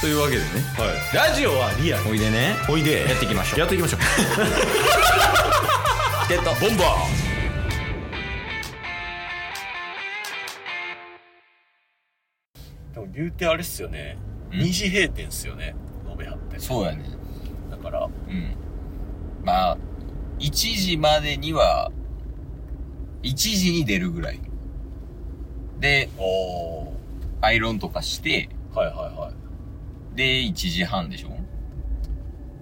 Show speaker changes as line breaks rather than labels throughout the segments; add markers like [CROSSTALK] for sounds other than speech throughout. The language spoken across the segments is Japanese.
というわけでね
ラジオはリアル
おいでね
おいで
やっていきましょう
やっていきましょう
[LAUGHS] ゲットボンバー
でも言うてあれっすよね
ん
二次閉店っすよね延べはって
そうやね
だから
うんまあ1時までには1時に出るぐらいで
おお
アイロンとかして
はいはいは
で1時半でしょ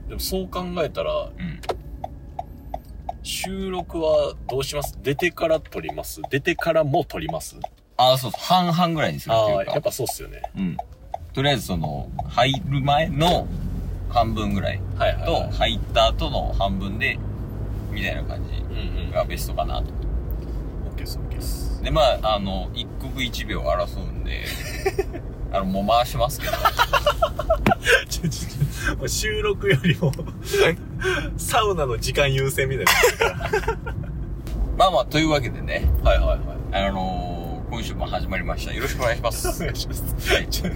いでもそう考えたら
うん
収録はどうします出てから撮ります出てからも撮ります
ああそうそう半々ぐらいにするって
あ
い
あ
う
や
か
っぱそうっすよね
うんとりあえずその入る前の半分ぐらい
はいはい、
と
はい、
入った後の半分でみたいな感じ
うんうん
がベストかなと
オッケーっすオッケーっす
でまああの一刻一秒争うんであのもう回しますけど
ちょちょちょもう収録よりもサウナの時間優先みたいな
まあまあというわけでね
はいはいはい
あのー、今週も始まりましたよろしくお願いします
お願いします
はい
ちょ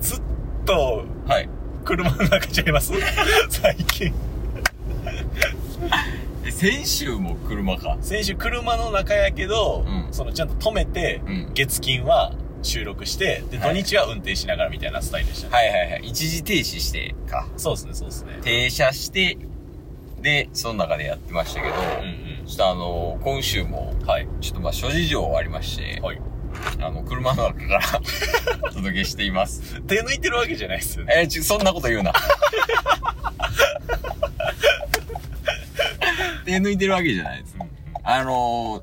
ずっと
はい
車の中ちゃいます最近
え先週も車か
先週車の中やけど、
うん
そのちゃんと止めて、
うん
月金は収録してで
は
土
い
日は運転しながらみたいなスタイルでしたね、
はいはいはい一時停止してか
そうですねそうですね
停車してでその中でやってましたけど、
うんうん
ちょっとあのー、今週も
はい
ちょっとまあ諸事情ありまして、
はい
あの車の中から [LAUGHS] お届けしています
手抜いてるわけじゃないですよね
えー、ち、そんなこと言うな。手抜いてるわけじゃないです。あのー、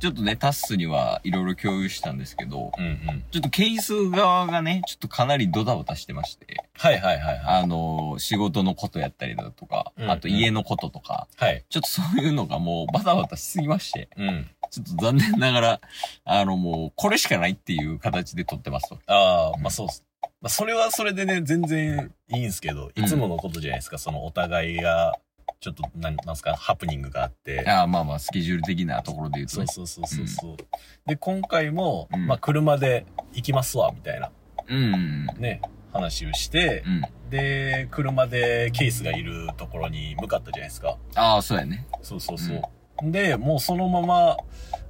ちょっとね、タッスにはいろいろ共有したんですけど、
うんうん
ちょっとケース側がね、ちょっとかなりドタバタしてまして、
はいはいはいはい
あのー、仕事のことやったりだとか、
うんうん
あと家のこととか、
はい
ちょっとそういうのがもうバタバタしすぎまして、
うん
ちょっと残念ながら、あのもう、これしかないっていう形で撮ってますと。
ああまあそうっすまあ、それはそれでね、全然いいんすけど、
うん
いつものことじゃないですか、そのお互いが、ちょっと、なん、なんすか、ハプニングがあって。
ああ、まあまあ、スケジュール的なところで言うと
そ
ね
う。そうそうそうそう、で、今回も、
うん
まあ、車で行きますわ、みたいな、
うん。
ね、話をして、
うん。
で、車でケースがいるところに向かったじゃないですか。
ああ、そうやね。
そうそうそう。で、もうそのまま、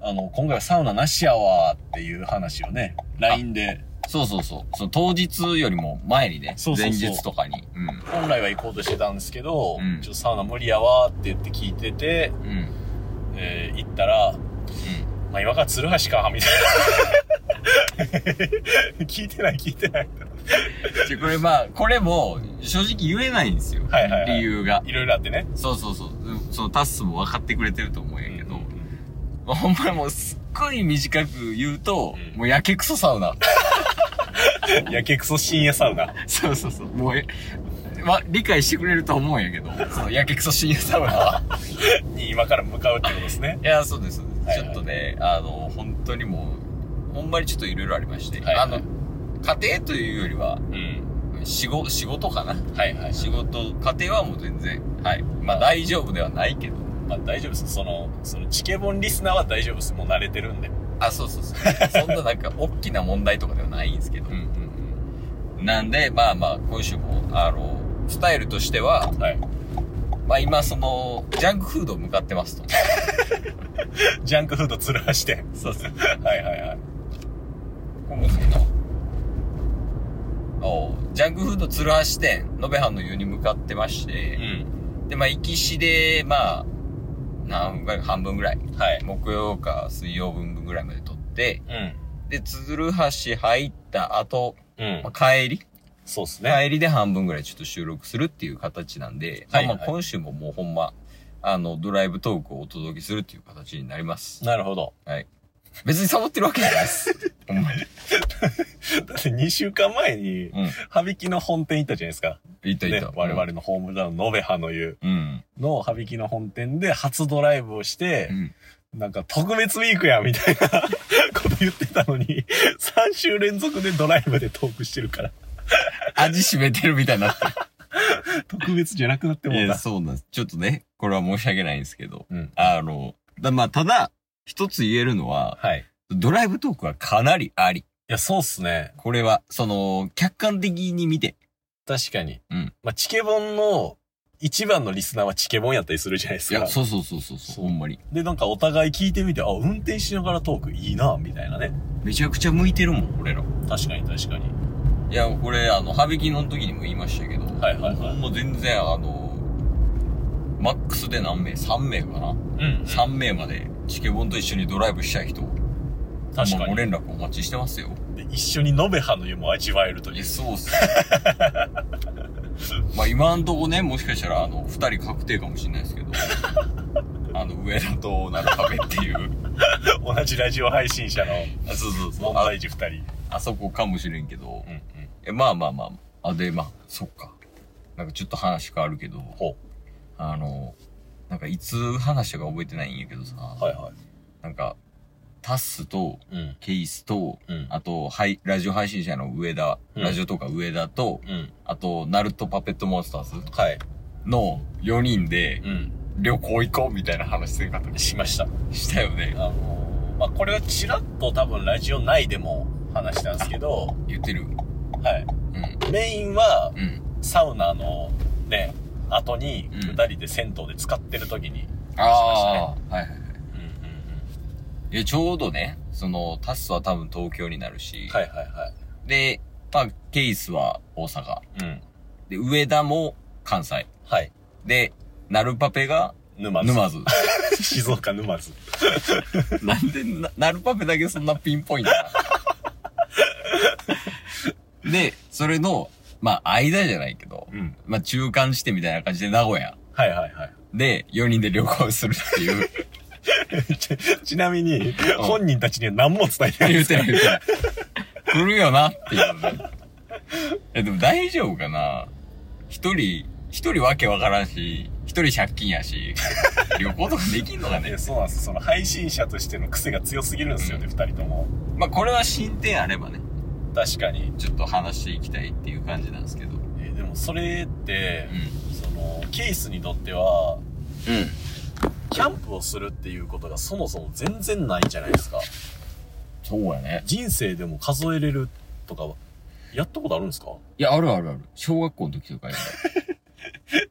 あの、今回はサウナなしやわっていう話をね、LINE で、
そうそうそう。その当日よりも前にね、
そうそうそう
前日とかに。うん。
本来は行こうとしてたんですけど、
うん
ちょっとサウナ無理やわって言って聞いてて、
うん。
えー行ったら、まあ今から鶴橋か、みたいな。 [LAUGHS] 聞いてない聞いてない。
ちょこれまあ、これも、正直言えないんですよ。
はいはいはい
理由が。
いろいろあってね。
そうそうそう。うんそのタスも分かってくれてると思うんやけど、
うんうん
ほんまにもうすっごい短く言うと、
うん
もうやけくそサウナ。
うんやけくそ深夜サウナ。
そうそうそう。もうえ、まあ、理解してくれると思うんやけど、そのやけくそ深夜サウナ
[LAUGHS]
は。
に今から向かうってことですね。
いや、そうです、そうです
はいはい
ちょっとね、あの、本当にもう、ほんまにちょっといろいろありまして、
はいはい
あの、家庭というよりは、
うん。
仕事、仕事かな。
はいはい。
仕事、家庭はもう全然、はい。まあ大丈夫ではないけど。
まあ大丈夫です。その、その、チケボンリスナーは大丈夫です。もう慣れてるんで。
あ、そうそうそう。そんななんか、大きな問題とかではないんですけど。
ん
なんで、まあまあ、今週も、あの、スタイルとしては、
うん。はい。
まあ今、その、ジャンクフード向かってますと。
ジャンクフードつるはして。そうそう。 [LAUGHS] はいはいはい。
今後な。おうジャンクフード鶴橋店、延べ藩の湯に向かってまして、
ん。
で、まあ、行きしで、まあ、何分か半分ぐらい。
はい。
木曜か水曜分ぐらいまで取って、
うん。
で、鶴橋入った後、
うん
まあ、帰り、
そうっすね。
帰りで半分ぐらいちょっと収録するっていう形なんで、
はい
まあま
は
あ
い
今週ももうほんま、あの、ドライブトークをお届けするっていう形になります。
なるほど。
はい。別にサボってるわけじゃないです。
[LAUGHS]
ほんまに。
だって2週間前に、
うん。
羽引きの本店行ったじゃないですか。
いったい
ね
った。、
我々のホームタウン、延べ葉の湯
うん。
の羽引きの本店で初ドライブをして
う、ん。
なんか特別ウィークや、みたいなこと言ってたのに、3週連続でドライブでトークしてるから、
味しめてるみたいになって
特別じゃなくなってもう
いや
た。
そうなんです。ちょっとね、これは申し訳ないんですけど。
うん。
あの、だまあ、ただ、一つ言えるのは、
はい。い
ドライブトークはかなりあり。
や、そうっすね。
これは、その、客観的に見て、
確かに。
うん。
まあ、チケボンの一番のリスナーはチケボンやったりするじゃないで
い
す
や、
か。
そうそうそうそうそう、ほんまに。
で、なんかお互い聞いてみて、あ、運転しながらトークいいな、みたいなね。
めちゃくちゃ向いてるもん、俺ら。
確かに確かに。
いや、これ、あの、羽引きの時にも言いましたけど、
はいはいはい
もう全然、あの、マックスで何名 ?3 名かな、
うん。
?3 名まで、チケボンと一緒にドライブしたい人、
確
も
か
うご
に。
連絡お待ちしてますよ。
で一緒に延べ葉の湯も味わえると
い
い
や、
う。
そうっす。 [LAUGHS] まあ、今んとこね、もしかしたら、あの、2人確定かもしれないです [LAUGHS] けど、あの、上田となる壁っていう、
同じラジオ配信者の
あそうそうそう
問
あ
題児二人。
あそこかもしれんけど、
うんうん。
え、まあまあまあ。あ、で、まあ、そっか。なんかちょっと話変わるけど、
ほ
あの、なんかいつ話したか覚えてないんやけどさ、
う。はいはい。
なんか、タッスと、
うん。
ケイスと、
うん。
あと、はい、ラジオ配信者の上田、
うん
ラジオとか上田と、
うん。
あと、ナルトパペットモンスターズ
はい。
の4人で
うん。
旅行行こうみたいな話せんかったり
しました。
したよね。
あのーまあ、これはちらっと多分ラジオ内でも話したんですけど、
言ってる。
はい。
うん。
メインは、
うん。
サウナのね、後に、
うん
二人で銭湯で使ってる時に、
ああ、はいはいはい。
うんうんうん。
いや、ちょうどね、その、タスは多分東京になるし、
はいはいはい。
で、まあ、ケイスは大阪。
うん。
で、上田も関西。
はい。
で、ナルパペが
沼津。
沼津。
静岡沼津。
[LAUGHS] なんでな、ナルパペだけそんなピンポイントな [LAUGHS] で、それの、まあ、間じゃないけど、
うん。
まあ、中間地点みたいな感じで名古屋。
はいはいはい。 [LAUGHS]
で、4人で旅行するっていう。
ちちなみに、本人たちには何も伝えてな
言
いで
う
す
て
か
な
ら
い言うてない。来るよなっていうね。え、でも大丈夫かな一人、一人わけわからんし、一人借金やし、旅行とかできんのか
い [LAUGHS]
ね
や。そうなんです。その配信者としての癖が強すぎるんですよね、
う
二人とも。
まあ、これは進展あればね、
確かに。
ちょっと話していきたいっていう感じなんですけど。うん。
えーでもそれって、その、ケースにとっては、
うん。
キャンプをするっていうことがそもそも全然ないじゃないですか。
そうやね。
人生でも数えれるとか、やったことあるんですか
いや、あるあるある。小学校の時とかや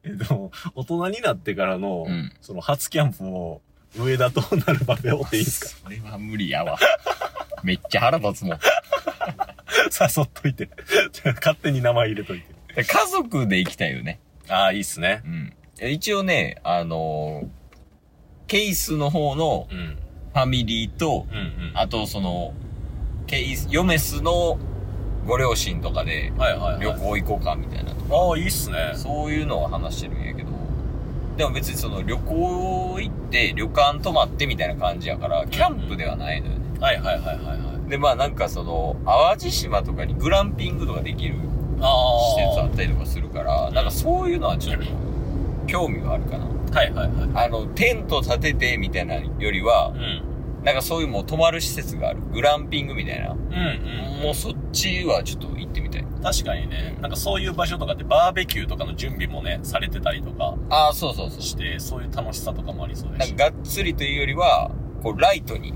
え、でも、大人になってからの、
うん
その初キャンプを、上田となる場でおっていいですか
それは無理やわ。めっちゃ腹立つもん。
[LAUGHS] 誘っといて。勝手に名前入れといて。
で家族で行きたいよね。
ああ、いいっすね。
うん。一応ね、あのーケイスの方の
うん。
ファミリーと、
うんうん。
あとその、ケイス、ヨメスのご両親とかで
はいはいはい。
旅行行こうかみたいなとか、
ああ、いいっすね。
そういうのを話してるんやけど、でも別にその旅行行って旅館泊まってみたいな感じやから、キャンプではないのよね。
はいはいはいはいはい。
で、まあなんかその、淡路島とかにグランピングとかできる施
あ
設あったりとかするから、
ん
なんかそういうのはちょっと興味はあるかな。
はいはいはい。
あの、テント立ててみたいなよりは
う、ん。
なんかそういうもう泊まる施設がある。グランピングみたいな。
うんうん。
もうそっちはちょっと行ってみたい。
確かにね、なんかそういう場所とかってバーベキューとかの準備もね、されてたりとか
ああ、そうそうそ
して、そういう楽しさとかもありそ
う。
うで
な
すし
ん。かがっつりというよりは、こうライトに
う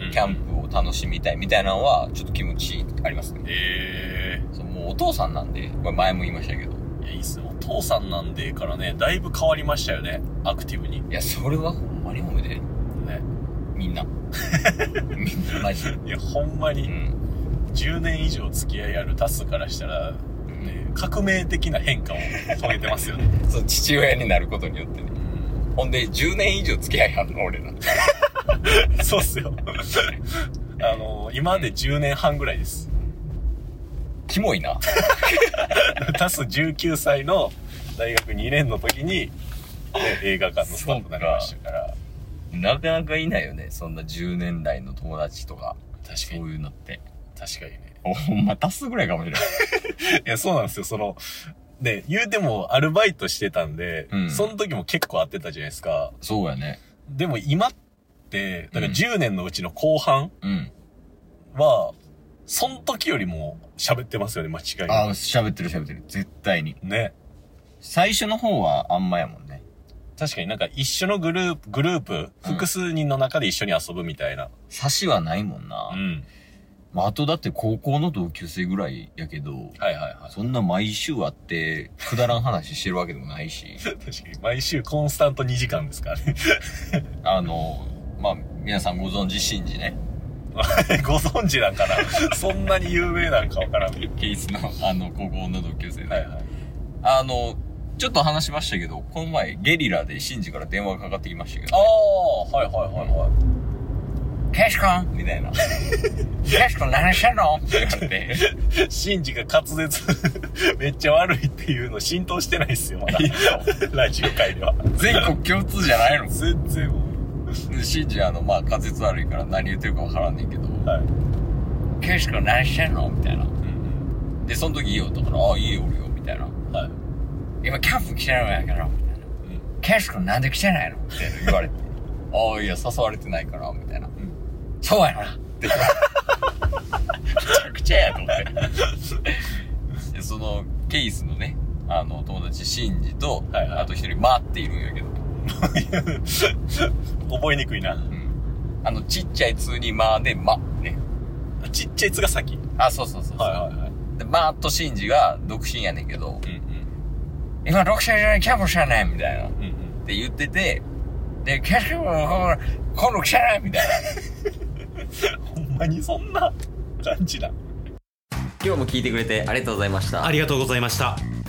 んうん。
キャンプを楽しみたいみたいなのは、ちょっと気持ちありますね。
え
そうもうお父さんなんで、まあ前も言いましたけど。
えー。いや、いいっすね。お父さんなんでからね、だいぶ変わりましたよね。アクティブに。
いや、それはほんまに褒めてる。
ね。
み [LAUGHS] んな。みんな、マジで。
いや、ほんま
う
に、
ん。
10年以上付き合いあるタスからしたら、ね、革命的な変化を遂げてますよね。
そう、父親になることによってね。
[LAUGHS] うん。
ほんで、10年以上付き合いあるの、俺ら。
そうっすよ。 [LAUGHS] あの、今まで10年半ぐらいです。 [LAUGHS]
キモいな。
タス19歳の大学2年の時に、ね映画館のスタッフになりましたから。
なかなかいないよね。そんな10年来の友達とか、
確
そう。いうのって。
確かにね。
おほんま、足すぐらいかもしれない。
いや、そうなんですよ。その、ね、言うてもアルバイトしてたんで、
うん
その時も結構会ってたじゃないですか。
そうやね。
でも今って、だから
うん
10年のうちの後半
うん。
は、その時よりも喋ってますよね、間違い
あ
な
あ、喋ってる喋ってる。絶対に。
く。ね。
最初の方はあんまやもんね。
確かになんか一緒のグループ、グループ、複数人の中で一緒に遊ぶみたいな。
差しはないもんな。
うん。
まあ、あとだって高校の同級生ぐらいやけど、
はいはいはい。
そんな毎週会って、くだらん話してるわけでもない [LAUGHS] し、
確かに、毎週コンスタント2時間ですからね。 [LAUGHS]
あの、まあ、皆さんご存知、シンジね。
ご存知なんかなそんなに有名なんかわからん。はい
ケイスの、あの、高校の同級生で。
はい。
あの、ちょっと話しましたけど、この前、ゲリラでシンジから電話がかかってきましたけど、
ああ、はいはいはいはい。
ケイシ君みたいな。 [LAUGHS] ケイシ君何してんのって言われて。
[LAUGHS] シンジが滑舌 [LAUGHS] めっちゃ悪いっていうの浸透してないっすよ、まだ。ラジオ界では。
全国共通じゃないの
全然も
でシンジあの、まあ、滑舌悪いから何言ってるかわからんねんけど、
う。はい。
ケイシ君何してんのみたいな。
うん
で、その時いいよとから、ああ、いいよ、おるよ、みたいな。
うん。はい。
今、キャンプ来てるんやけど、みたいな。ケイシ君なんで来てないのみたいな言われて。ああ、いや、誘われてないから、みたいな。
ん
そうやな。
[LAUGHS]
って言われてめちゃくちゃやと思って。でその、ケイスのね、あの、友達、シンジと、
はいはい
あと一人、マっているんやけど、
[LAUGHS] 覚えにくいな。
あの、ちっちゃい通に、マで、マ、ね。
ちっちゃいやつが先。
あ、そうそうそうそう。
いはい。
で、マーとシンジが独身やねんけど、
うんうん。
今独身じゃない、キャンプしてないみたいな。っ
うんうん。
て言ってて、で、キャンプも今度来てないみたいな。
ほんまにそんな感じだ。
今日も聞いてくれてありがとうございました
ありがとうございました